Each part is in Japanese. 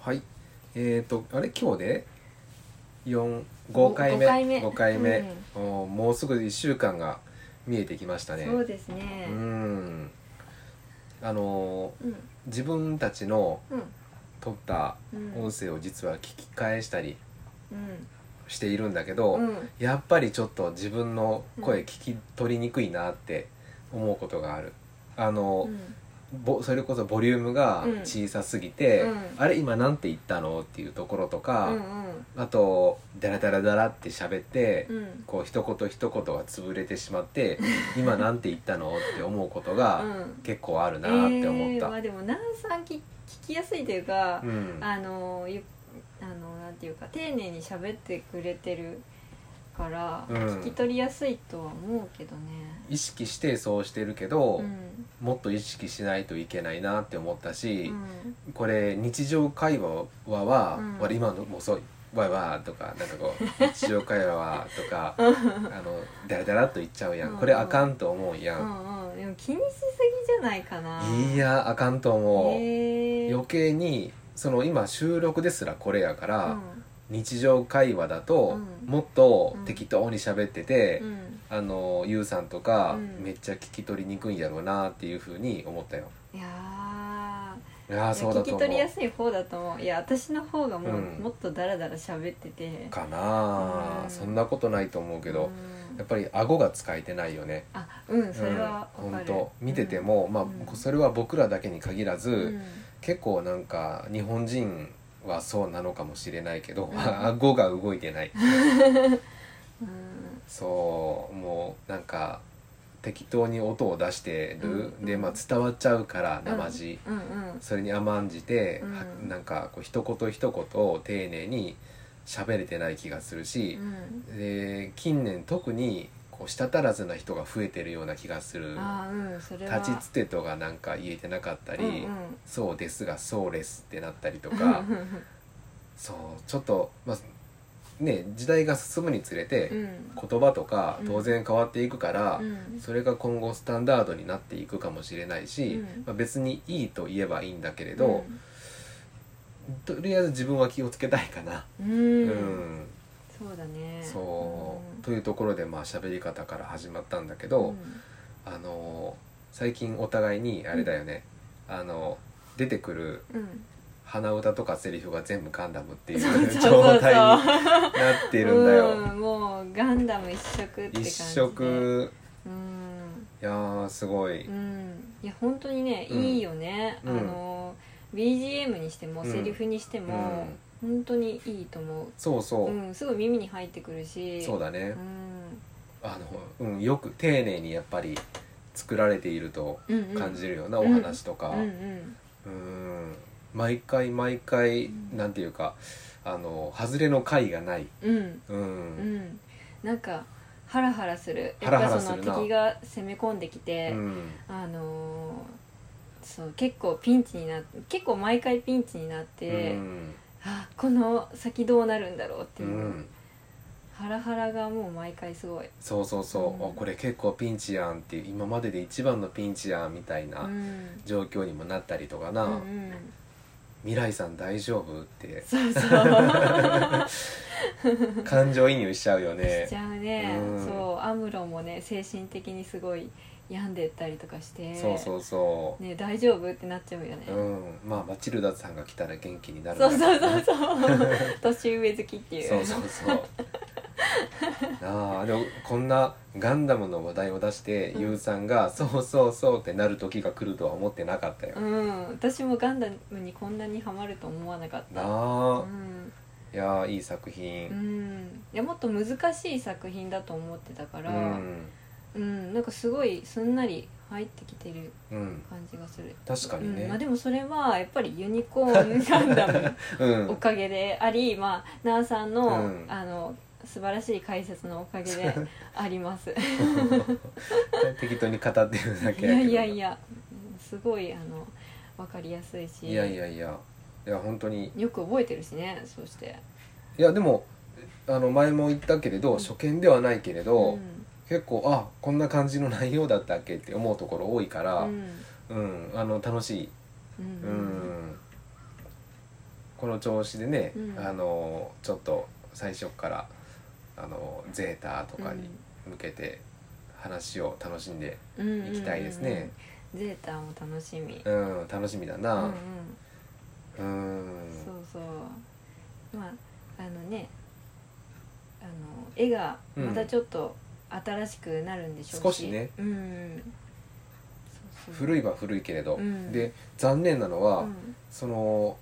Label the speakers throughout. Speaker 1: はいえっ、とあれ今日で45回目
Speaker 2: ご五回目
Speaker 1: 五回目おーもうすぐ1週間が見えてきましたね
Speaker 2: そうですね
Speaker 1: う。んあのー
Speaker 2: うん、
Speaker 1: 自分たちの
Speaker 2: うん、
Speaker 1: 撮った
Speaker 2: うん
Speaker 1: 音、声を実は聞き返したり
Speaker 2: うん、
Speaker 1: しているんだけど、
Speaker 2: うん、
Speaker 1: やっぱりちょっと自分の声聞き取りにくいなって思うことがある。あの、ぼそれこそボリュームが
Speaker 2: うん
Speaker 1: 小さすぎて、
Speaker 2: うん
Speaker 1: あれ今なんて言ったのっていうところと
Speaker 2: う
Speaker 1: か、
Speaker 2: ん、
Speaker 1: あとダラダラダラって喋って、
Speaker 2: うん、うん、
Speaker 1: こう一言一言が潰れてしまって「今なんて言ったの?」って思うことが
Speaker 2: うん
Speaker 1: 結構あるなって思っ
Speaker 2: えーま
Speaker 1: た。
Speaker 2: あでもナンさん聞聞きやすいというか
Speaker 1: う、ん
Speaker 2: あのゆあのなんていうか丁寧に喋ってくれてるから、
Speaker 1: うん
Speaker 2: 聞き取りやすいとは思うけどね。
Speaker 1: 意識してそうしてるけど、
Speaker 2: うん、
Speaker 1: もっと意識しないといけないなって思った
Speaker 2: う
Speaker 1: し、
Speaker 2: ん、
Speaker 1: これ日常会話は、
Speaker 2: うん
Speaker 1: 俺今のもうそう「わいわ」とかなんかこう 「日常会話は」とかあのダラダラっと言っちゃうやん、
Speaker 2: うん
Speaker 1: これあかんと思うや、
Speaker 2: うんん、うん、でも気にしすぎじゃないかな。
Speaker 1: いやあかんと思う、
Speaker 2: えー、
Speaker 1: 余計にその今収録ですらこれやか
Speaker 2: う
Speaker 1: ら、
Speaker 2: ん、
Speaker 1: 日常会話だと、
Speaker 2: うん
Speaker 1: もっと適当に喋ってて、
Speaker 2: うん、
Speaker 1: あのゆうさんとか、
Speaker 2: うん
Speaker 1: めっちゃ聞き取りにくいんやろうなっていうふうに思ったよ
Speaker 2: いやー。
Speaker 1: いやー
Speaker 2: いや
Speaker 1: そうだ
Speaker 2: 聞
Speaker 1: と
Speaker 2: き
Speaker 1: 思う
Speaker 2: 取りやすい方だと思ういや私の方がもう、
Speaker 1: うん
Speaker 2: もっとダラダラ喋ってて
Speaker 1: かなあ、
Speaker 2: うん
Speaker 1: そんなことないと思うけど、
Speaker 2: うん
Speaker 1: やっぱり顎が使えてないよね
Speaker 2: あうんそれは
Speaker 1: うん本
Speaker 2: わかる、
Speaker 1: 当見てても、まあ、
Speaker 2: うん
Speaker 1: それは僕らだけに限らず、
Speaker 2: うん、うん
Speaker 1: 結構なんか日本人はそうなのかもしれないけど、
Speaker 2: う ん
Speaker 1: 顎が動いてない
Speaker 2: うん
Speaker 1: そうもうなんか適当に音を出してる、
Speaker 2: うん
Speaker 1: で、まあ、伝わっちゃうからなまじ、
Speaker 2: うんうん
Speaker 1: それに甘んじて、
Speaker 2: うん
Speaker 1: はなんかこう一言一言を丁寧に喋れてない気がするし、で近年特にこう舌足らずな人が増えてるような気がする
Speaker 2: うんあーうんそれは
Speaker 1: 立ちつてとがなんか言えてなかったり「
Speaker 2: うんうん
Speaker 1: そうです」が「そうです」ってなったりと かそうちょっとまあね時代が進むにつれて、
Speaker 2: うん
Speaker 1: 言葉とか
Speaker 2: うん
Speaker 1: 当然変わっていくから、
Speaker 2: うん
Speaker 1: それが今後スタンダードになっていくかもしれないし、
Speaker 2: うん
Speaker 1: まあ、別にいいと言えばいいんだけれど、とりあえず自分は気をつけたいかな。
Speaker 2: うん、
Speaker 1: う
Speaker 2: うんんそうだね
Speaker 1: そう、
Speaker 2: ん
Speaker 1: というところでまあ喋り方から始まったんだけど、
Speaker 2: うん
Speaker 1: あのー最近お互いにあれだよね、あの出てくる
Speaker 2: うん
Speaker 1: 鼻歌とかセリフが全部ガンダムってい
Speaker 2: そう
Speaker 1: う
Speaker 2: そうそう
Speaker 1: 状態になってるんだよ。
Speaker 2: うんもうガンダム一色って感じで
Speaker 1: 一色
Speaker 2: うん
Speaker 1: いやーすごい、
Speaker 2: うん、いや本当にね、
Speaker 1: うん
Speaker 2: いいよね、
Speaker 1: うん
Speaker 2: あの BGM にしても、
Speaker 1: うん
Speaker 2: セリフにしても、本当にいいと思、
Speaker 1: そうそうう、
Speaker 2: うん、すぐ耳に入ってくるし
Speaker 1: そう
Speaker 2: だ
Speaker 1: だね
Speaker 2: う、ん
Speaker 1: あのうんよく丁寧にやっぱり作られていると
Speaker 2: うんうん、
Speaker 1: 感じるような、
Speaker 2: うん
Speaker 1: お話とか、
Speaker 2: うんうん
Speaker 1: うん毎回毎回、
Speaker 2: うん
Speaker 1: なんていうかあの外れの回がない、
Speaker 2: うん
Speaker 1: うん
Speaker 2: うんなんかハラハラする
Speaker 1: ハラハラす
Speaker 2: やっ
Speaker 1: る
Speaker 2: ぱ
Speaker 1: な
Speaker 2: その敵が攻め込んできて、
Speaker 1: うん
Speaker 2: あのーそう結構ピンチになって結構毎回ピンチになって、
Speaker 1: うん
Speaker 2: あこの先どうなるんだろうって
Speaker 1: う
Speaker 2: いう、
Speaker 1: ん
Speaker 2: ハラハラがもう毎回すごい。
Speaker 1: そうそうそう、
Speaker 2: うん
Speaker 1: あこれ結構ピンチやんっていう今までで一番のピンチやんみたいうなん状況にもなったりとかな「
Speaker 2: うんうん、
Speaker 1: 未来さん大丈夫?」って
Speaker 2: そうそう
Speaker 1: 感情移入しちゃうよね
Speaker 2: しち。ゃうね、
Speaker 1: うん
Speaker 2: そうアムロもね精神的にすごい病んでったりとかして
Speaker 1: そうそうそう、
Speaker 2: ね大丈夫ってなっちゃうよね、
Speaker 1: うん、まあマチルダさんが来たら元気になる
Speaker 2: そう
Speaker 1: だ
Speaker 2: そ
Speaker 1: ろ
Speaker 2: うそうそう年上好きっていう
Speaker 1: そうそうそう ああでもこんなガンダムの話題を出して、
Speaker 2: うん
Speaker 1: ゆうさんが「そうそうそう」ってなる時が来るとは思ってなかったよ、
Speaker 2: うん私もガンダムにこんなにハマると思わなかっ
Speaker 1: な
Speaker 2: た
Speaker 1: あ、
Speaker 2: うん、
Speaker 1: いやーいい作品
Speaker 2: うん、いやもっと難しい作品だと思ってたか
Speaker 1: う
Speaker 2: ら、うん
Speaker 1: ん、
Speaker 2: なんかすごいすんなり入ってきてる
Speaker 1: うん、
Speaker 2: 感じがする、
Speaker 1: 確か
Speaker 2: う
Speaker 1: に
Speaker 2: んま
Speaker 1: ね
Speaker 2: あ、でもそれはやっぱりユニコーンガンダム
Speaker 1: うん、
Speaker 2: おかげであり、まあ、ナーさんの,、
Speaker 1: うん
Speaker 2: あの素晴らしい解説のおかげで あります。
Speaker 1: 適当に語ってるだ
Speaker 2: い
Speaker 1: け
Speaker 2: やいや
Speaker 1: けど
Speaker 2: いや、すごいあのわかりやすいし、
Speaker 1: いやいやいやいや本当に
Speaker 2: よく覚えてるしね、そうして。
Speaker 1: いやでもあの前も言ったけれど、
Speaker 2: うん
Speaker 1: 初見ではないけれど、
Speaker 2: ん
Speaker 1: 結構あこんな感じの内容だったっけって思うところ多いか
Speaker 2: う
Speaker 1: ら、
Speaker 2: ん
Speaker 1: うん、あの楽しい
Speaker 2: うん
Speaker 1: うんここの調子でね、
Speaker 2: うん
Speaker 1: あのちょっと最初からあのゼータとかに向けて話を楽しんで、
Speaker 2: 行
Speaker 1: 行きたいですね。
Speaker 2: ゼータも楽しみ。
Speaker 1: うん楽しみだ
Speaker 2: うんう。
Speaker 1: なんうん
Speaker 2: そうそう。まああのね、あの絵がまたちょっと新しくなるんでしょうし。
Speaker 1: 少しね。
Speaker 2: うんうん。そうそう
Speaker 1: 古いは古いけれど、
Speaker 2: うん
Speaker 1: で残念なの
Speaker 2: う
Speaker 1: は、
Speaker 2: ん
Speaker 1: その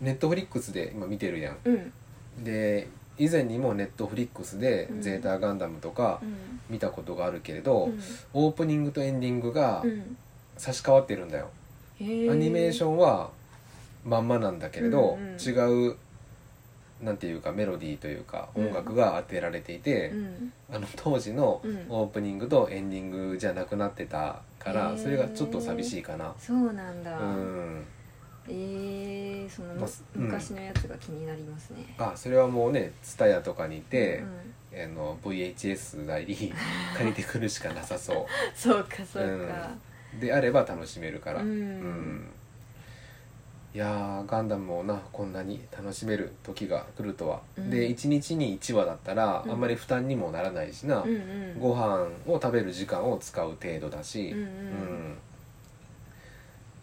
Speaker 1: ネットフリックスで今見てるやん。
Speaker 2: うん
Speaker 1: で以前にもネットフリックスで
Speaker 2: う
Speaker 1: 「
Speaker 2: ん
Speaker 1: ゼータ・ガンダム」とか
Speaker 2: うん
Speaker 1: 見たことがあるけれど、
Speaker 2: うん
Speaker 1: オープニングとエンディングが
Speaker 2: うん
Speaker 1: 差し替わってるんだよ。
Speaker 2: へー
Speaker 1: アニメーションはまんまなんだけれど、
Speaker 2: うんうん
Speaker 1: 違うなんていうかメロディーというか音楽が当てられていて、
Speaker 2: うん
Speaker 1: あの当時の
Speaker 2: うん
Speaker 1: オープニングとエンディングじゃなくなってたから、
Speaker 2: へー
Speaker 1: それがちょっと寂しいかな。
Speaker 2: そうなん
Speaker 1: う
Speaker 2: だ。
Speaker 1: ん、
Speaker 2: ええその
Speaker 1: まあうん
Speaker 2: 昔のやつが気になりますね。
Speaker 1: あそれはもうね TSUTAYA とかにいて、
Speaker 2: うん
Speaker 1: あの VHS 代理 借りてくるしかなさそ
Speaker 2: そうかそうか。
Speaker 1: うであれば楽しめるから、
Speaker 2: うん
Speaker 1: うんいやーガンダムもなこんなに楽しめる時が来るとは、
Speaker 2: うん
Speaker 1: で1日に1話だったら
Speaker 2: うん
Speaker 1: あんまり負担にもならないしな、
Speaker 2: うんうん。
Speaker 1: ご飯を食べる時間を使う程度だし、
Speaker 2: うんうん
Speaker 1: ん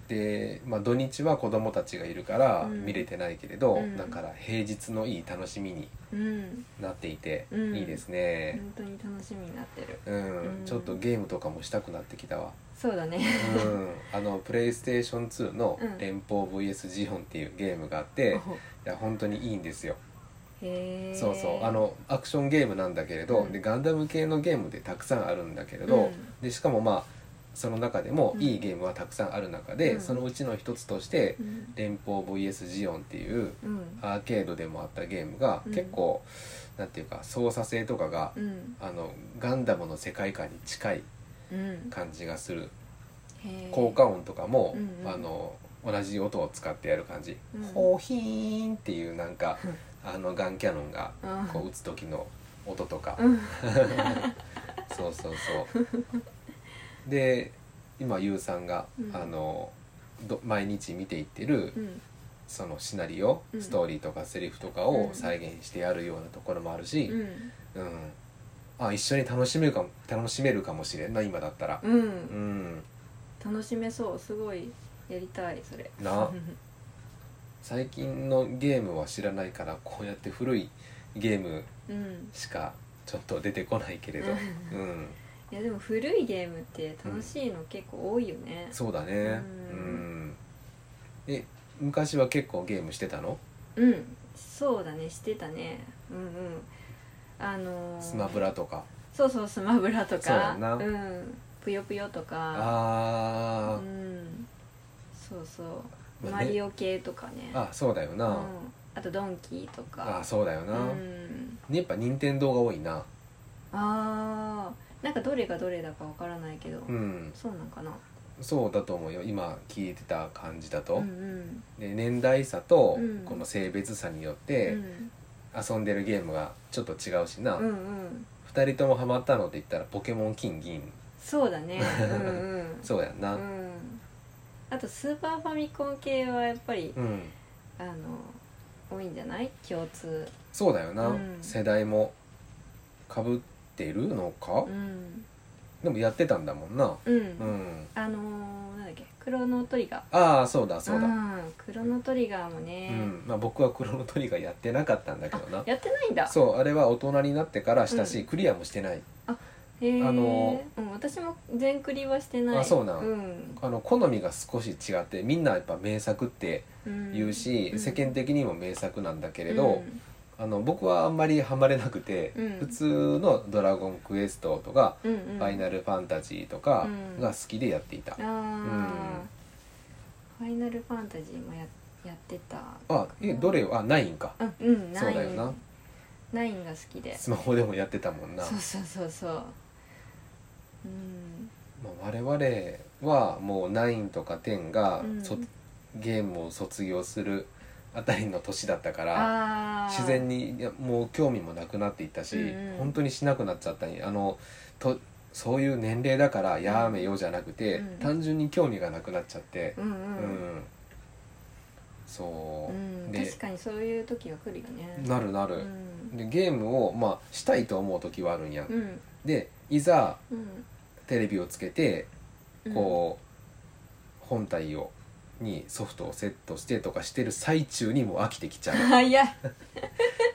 Speaker 1: で、まあ、土日は子供たちがいるから
Speaker 2: うん
Speaker 1: 見れてないけれど、
Speaker 2: うん
Speaker 1: だから平日のいい楽しみに
Speaker 2: うん。
Speaker 1: なっていて、
Speaker 2: うん
Speaker 1: いいですね。
Speaker 2: 本当に楽しみになってる。
Speaker 1: うん
Speaker 2: うん
Speaker 1: ちょっとゲームとかもしたくなってきたわ、
Speaker 2: そうだね。
Speaker 1: うん、あのプレイステーション2の
Speaker 2: う
Speaker 1: 「
Speaker 2: ん
Speaker 1: 連邦 VS ジホン」っていうゲームがあ って、いや本当にいいんですよ、
Speaker 2: へえ。
Speaker 1: そうそうあのアクションゲームなんだけれど、
Speaker 2: うん
Speaker 1: でガンダム系のゲームでたくさんあるんだけれど、
Speaker 2: うん
Speaker 1: でしかもまあその中でも
Speaker 2: うん
Speaker 1: いいゲームはたくさんある中で、
Speaker 2: うん
Speaker 1: そのうちの一つとして「
Speaker 2: うん。
Speaker 1: 連邦 VS ジオン」っていう
Speaker 2: うん。
Speaker 1: アーケードでもあったゲームが
Speaker 2: うん
Speaker 1: 結構、なんていうか操作性とかが、
Speaker 2: うん。
Speaker 1: あのガンダムの世界観に近い
Speaker 2: うん。
Speaker 1: 感じがする
Speaker 2: へー
Speaker 1: 効果音とかも、
Speaker 2: うんうん
Speaker 1: あの同じ音を使ってやる感じ
Speaker 2: うん
Speaker 1: 「ホーヒーン」っていうなんかあのガンキャノンが
Speaker 2: うん
Speaker 1: こう打つ時の音とか、
Speaker 2: うん。
Speaker 1: そうそうそうで今ゆうさんが、
Speaker 2: うん
Speaker 1: あのど毎日見ていってる
Speaker 2: うん。
Speaker 1: そのシナリオ、
Speaker 2: うん
Speaker 1: ストーリーとかセリフとか
Speaker 2: う
Speaker 1: を
Speaker 2: ん
Speaker 1: 再現してやるようなところもある
Speaker 2: う
Speaker 1: し、
Speaker 2: ん。
Speaker 1: うんあ一緒に楽しめるかも楽しめるかもしれんな今だったら。
Speaker 2: う。
Speaker 1: うんん
Speaker 2: 楽しめそう。すごい。やりたい。それ。
Speaker 1: な最近のゲームは知らないからこうやって古いゲーム
Speaker 2: うん。
Speaker 1: しかちょっと出てこないけれど、うん、
Speaker 2: いやでも古いゲームって楽しいの結構多いよね。
Speaker 1: そうだねう
Speaker 2: う
Speaker 1: んんえ昔は結構ゲームしてたの
Speaker 2: うん。そうだね。してたね。うんうん。あのー。
Speaker 1: スマブラとか
Speaker 2: そうそうスマブラとか
Speaker 1: そうやなん
Speaker 2: ぷよぷよとか
Speaker 1: あ
Speaker 2: う、んそうそう、
Speaker 1: まあ
Speaker 2: マ
Speaker 1: ね
Speaker 2: リオ系とかね
Speaker 1: あそうだよな、
Speaker 2: うん、あとドンキーと
Speaker 1: あ
Speaker 2: か
Speaker 1: そうだよな、
Speaker 2: うん、
Speaker 1: ねやっぱ任天堂が多いな
Speaker 2: あーなんかどれがどれだかわからないけど、
Speaker 1: うん
Speaker 2: そうなんかな
Speaker 1: そうだと思うよ今聞いてた感じだと、
Speaker 2: うんうん
Speaker 1: で年代差と
Speaker 2: うん
Speaker 1: この性別差によっ
Speaker 2: う
Speaker 1: て
Speaker 2: ん
Speaker 1: 遊んでるゲームがちょっと違うしな、
Speaker 2: うんうん
Speaker 1: 2人ともハマったのって言ったらポケモン金銀
Speaker 2: そうだ ねうんうん
Speaker 1: そうやんな
Speaker 2: うんあとスーパーファミコン系はやっぱり
Speaker 1: うん、
Speaker 2: あの多いんじゃない共通
Speaker 1: そうだよな、
Speaker 2: うん
Speaker 1: 世代もかぶってるのか、
Speaker 2: うん
Speaker 1: でもやってたんだもんな
Speaker 2: うん、
Speaker 1: うん
Speaker 2: あのー、なんだっけクロノトリガー
Speaker 1: ああそうだそうだ、うん
Speaker 2: ん、クロノトリガーもね、
Speaker 1: まあ、僕はクロノトリガーやってなかったんだけどな
Speaker 2: やってないんだ
Speaker 1: そうあれは大人になってからしたし、クリアもしてない
Speaker 2: へえ、
Speaker 1: あの
Speaker 2: うん、私も全クリはしてない
Speaker 1: あそうなん
Speaker 2: うん
Speaker 1: あの好みが少し違ってみんなやっぱ名作って
Speaker 2: うん、
Speaker 1: 言うし、
Speaker 2: うん
Speaker 1: 世間的にも名作なんだけれど、あの僕はあんまりハマれなくて、
Speaker 2: うん
Speaker 1: 普通の「ドラゴンクエスト」とか
Speaker 2: うんうん、
Speaker 1: ファイナルファンタジーとかが好きでやっていた
Speaker 2: あ、あ、ファイナルファンタジーもややってた
Speaker 1: あえどれあないんか
Speaker 2: うんうん
Speaker 1: そ
Speaker 2: ナ
Speaker 1: うだ
Speaker 2: イ
Speaker 1: よ
Speaker 2: ン
Speaker 1: な
Speaker 2: ナインが好きでそ
Speaker 1: スマホでもやってたもんな、
Speaker 2: うそうそうそううん
Speaker 1: まあ、我々はもう9とか10がそ、
Speaker 2: うん
Speaker 1: ゲームを卒業するあたりの年だったから
Speaker 2: ああ
Speaker 1: 自然
Speaker 2: に
Speaker 1: にいやもう興味もなくなっていったし、
Speaker 2: うんうん
Speaker 1: 本当にしなくなっちゃったんやあのとそういう年齢だからやめようじゃなくて、
Speaker 2: うん
Speaker 1: 単純に興味がなくなっちゃって、
Speaker 2: うんうん
Speaker 1: うんそう、
Speaker 2: うん
Speaker 1: で
Speaker 2: 確かにそういう時が来るよね
Speaker 1: なるな
Speaker 2: う
Speaker 1: る、
Speaker 2: ん
Speaker 1: でゲームをまあしたいと思う時はあるんや、
Speaker 2: うん
Speaker 1: でいざ
Speaker 2: うん
Speaker 1: テレビをつけて
Speaker 2: うん
Speaker 1: こう、本体をにソフトをセットしてとかしてる最中にもう飽きてきちゃう
Speaker 2: 早いや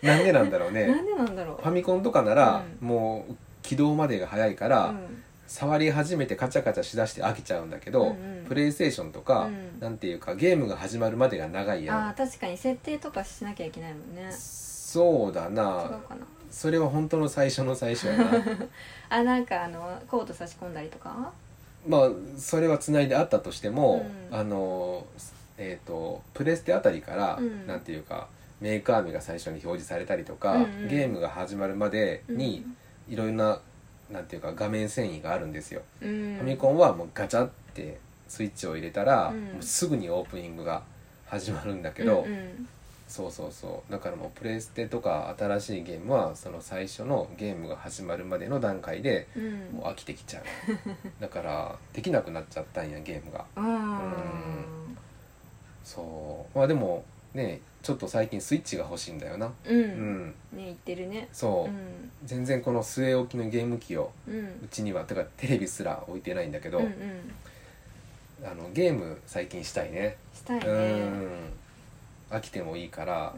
Speaker 1: なんでなんだろうね
Speaker 2: なんでなんだろう
Speaker 1: ファミコンとかなら、
Speaker 2: う
Speaker 1: もう起動までが早いから、
Speaker 2: うん
Speaker 1: 触り始めてカチャカチャしだして飽きちゃうんだけど、
Speaker 2: うんうん
Speaker 1: プレイステーションとか、
Speaker 2: うん
Speaker 1: なんていうかゲームが始まるまでが長いや
Speaker 2: あ
Speaker 1: ん
Speaker 2: あ確かに設定とかしなきゃいけないもんね違
Speaker 1: そうだ
Speaker 2: う
Speaker 1: な
Speaker 2: かな
Speaker 1: それは本当の最初の最初や な
Speaker 2: あなんかあのコード差し込んだりとか
Speaker 1: まあそれはつないであったとしても、
Speaker 2: うん
Speaker 1: あのえっ、とプレステあたりから、
Speaker 2: うん
Speaker 1: なんていうかメーカー名が最初に表示されたりとか、
Speaker 2: うんうん
Speaker 1: ゲームが始まるまでに、いろんななんていうか画面遷移があるんですよ、
Speaker 2: うん
Speaker 1: ファミコンはもうガチャってスイッチを入れたら、
Speaker 2: うん
Speaker 1: もうすぐにオープニングが始まるんだけ
Speaker 2: け
Speaker 1: ど、
Speaker 2: うんうん
Speaker 1: そうそうそうだからもうプレステとか新しいゲームはその最初のゲームが始まるまでの段階で
Speaker 2: うん
Speaker 1: もう飽きてきちゃう だからできなくなっちゃったんやゲームが
Speaker 2: うん
Speaker 1: そうまあでもねちょっと最近スイッチが欲しいんだよな
Speaker 2: う
Speaker 1: うん、
Speaker 2: んね言ってるね
Speaker 1: そうう、
Speaker 2: ん
Speaker 1: 全然この据え置きのゲーム機を
Speaker 2: うん
Speaker 1: うちにはてかテレビすら置いてないんだけど、
Speaker 2: うんうん
Speaker 1: あのゲーム最近したいね
Speaker 2: したいうね
Speaker 1: ん飽きてもいいから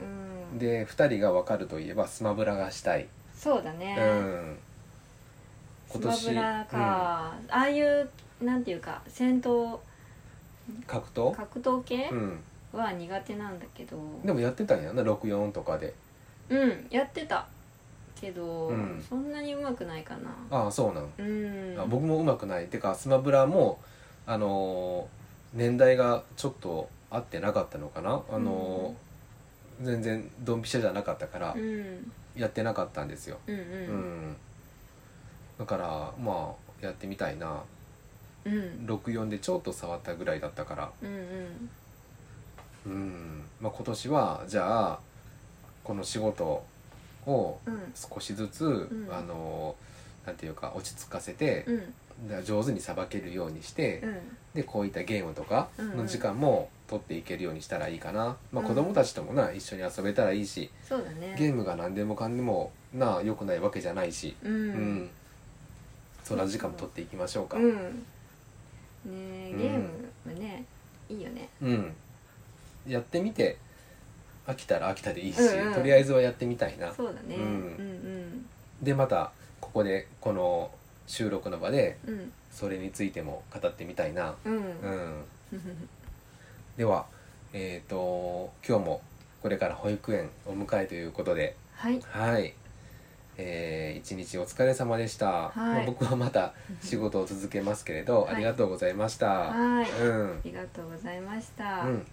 Speaker 2: う、ん
Speaker 1: で2人が分かるといえばスマブラがしたい、
Speaker 2: そうだ
Speaker 1: う
Speaker 2: ね
Speaker 1: ん
Speaker 2: スマブラか、ああいうなんていうか戦闘
Speaker 1: うん、格闘
Speaker 2: 格闘系
Speaker 1: うん
Speaker 2: は苦手なんだけど
Speaker 1: でもやってたんやな64とかで
Speaker 2: うんやってたけど、
Speaker 1: うん
Speaker 2: そんなにうまくないかな
Speaker 1: ああそうなん、
Speaker 2: うん
Speaker 1: あ僕もうまくないてかスマブラもあのー年代がちょっと合ってなかったのかなあのー全然ドンピシャじゃなかったから
Speaker 2: うんうん
Speaker 1: やってなかったんですよ、
Speaker 2: うん
Speaker 1: うんだからまあやってみたいな
Speaker 2: うんうん
Speaker 1: 64でちょっと触ったぐらいだったから
Speaker 2: うんうん
Speaker 1: うん、まあ、今年はじゃあこの仕事を
Speaker 2: うん
Speaker 1: 少しずつ、
Speaker 2: ん
Speaker 1: あのなんていうか落ち着かせて
Speaker 2: う、ん
Speaker 1: 上手にさばけるようにして、
Speaker 2: う
Speaker 1: でこういったゲームとか
Speaker 2: うんうん
Speaker 1: の時間も取っていけるようにしたらいいかな、まあ、
Speaker 2: うん
Speaker 1: 子供たちともな一緒に遊べたらいいし、
Speaker 2: そうだね
Speaker 1: ゲームが何でもかんでもな良くないわけじゃないし、
Speaker 2: うん
Speaker 1: うん空時間も取っていきましょうか。
Speaker 2: うんねえゲームはね、いいよね
Speaker 1: うんやってみて飽きたら飽きたでいいし、
Speaker 2: うんうん
Speaker 1: とりあえずはやってみたいな
Speaker 2: そうだね、
Speaker 1: うん
Speaker 2: うん
Speaker 1: でまたここでこの収録の場で
Speaker 2: うんうん
Speaker 1: それについても語ってみたいな、
Speaker 2: うん
Speaker 1: うん、ではえっ、と今日もこれから保育園お迎えということで
Speaker 2: はい
Speaker 1: はいえー一日お疲れ様でした、
Speaker 2: はい
Speaker 1: まあ僕はまた仕事を続けますけれど、
Speaker 2: はい
Speaker 1: ありがとうございました、
Speaker 2: はい
Speaker 1: うん
Speaker 2: あ、りがとうございました、
Speaker 1: うん、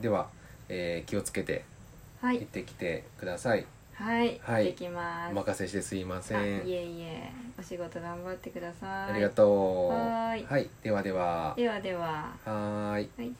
Speaker 1: では、えー気をつけて
Speaker 2: は
Speaker 1: 行っ
Speaker 2: い
Speaker 1: てきてください
Speaker 2: はい、
Speaker 1: はい
Speaker 2: 行ってきます
Speaker 1: お任せしてすいませ
Speaker 2: あ
Speaker 1: ん
Speaker 2: いえいえお仕事頑張ってください
Speaker 1: ありがとう
Speaker 2: はーい
Speaker 1: ではでは
Speaker 2: ではでは
Speaker 1: はーい
Speaker 2: はい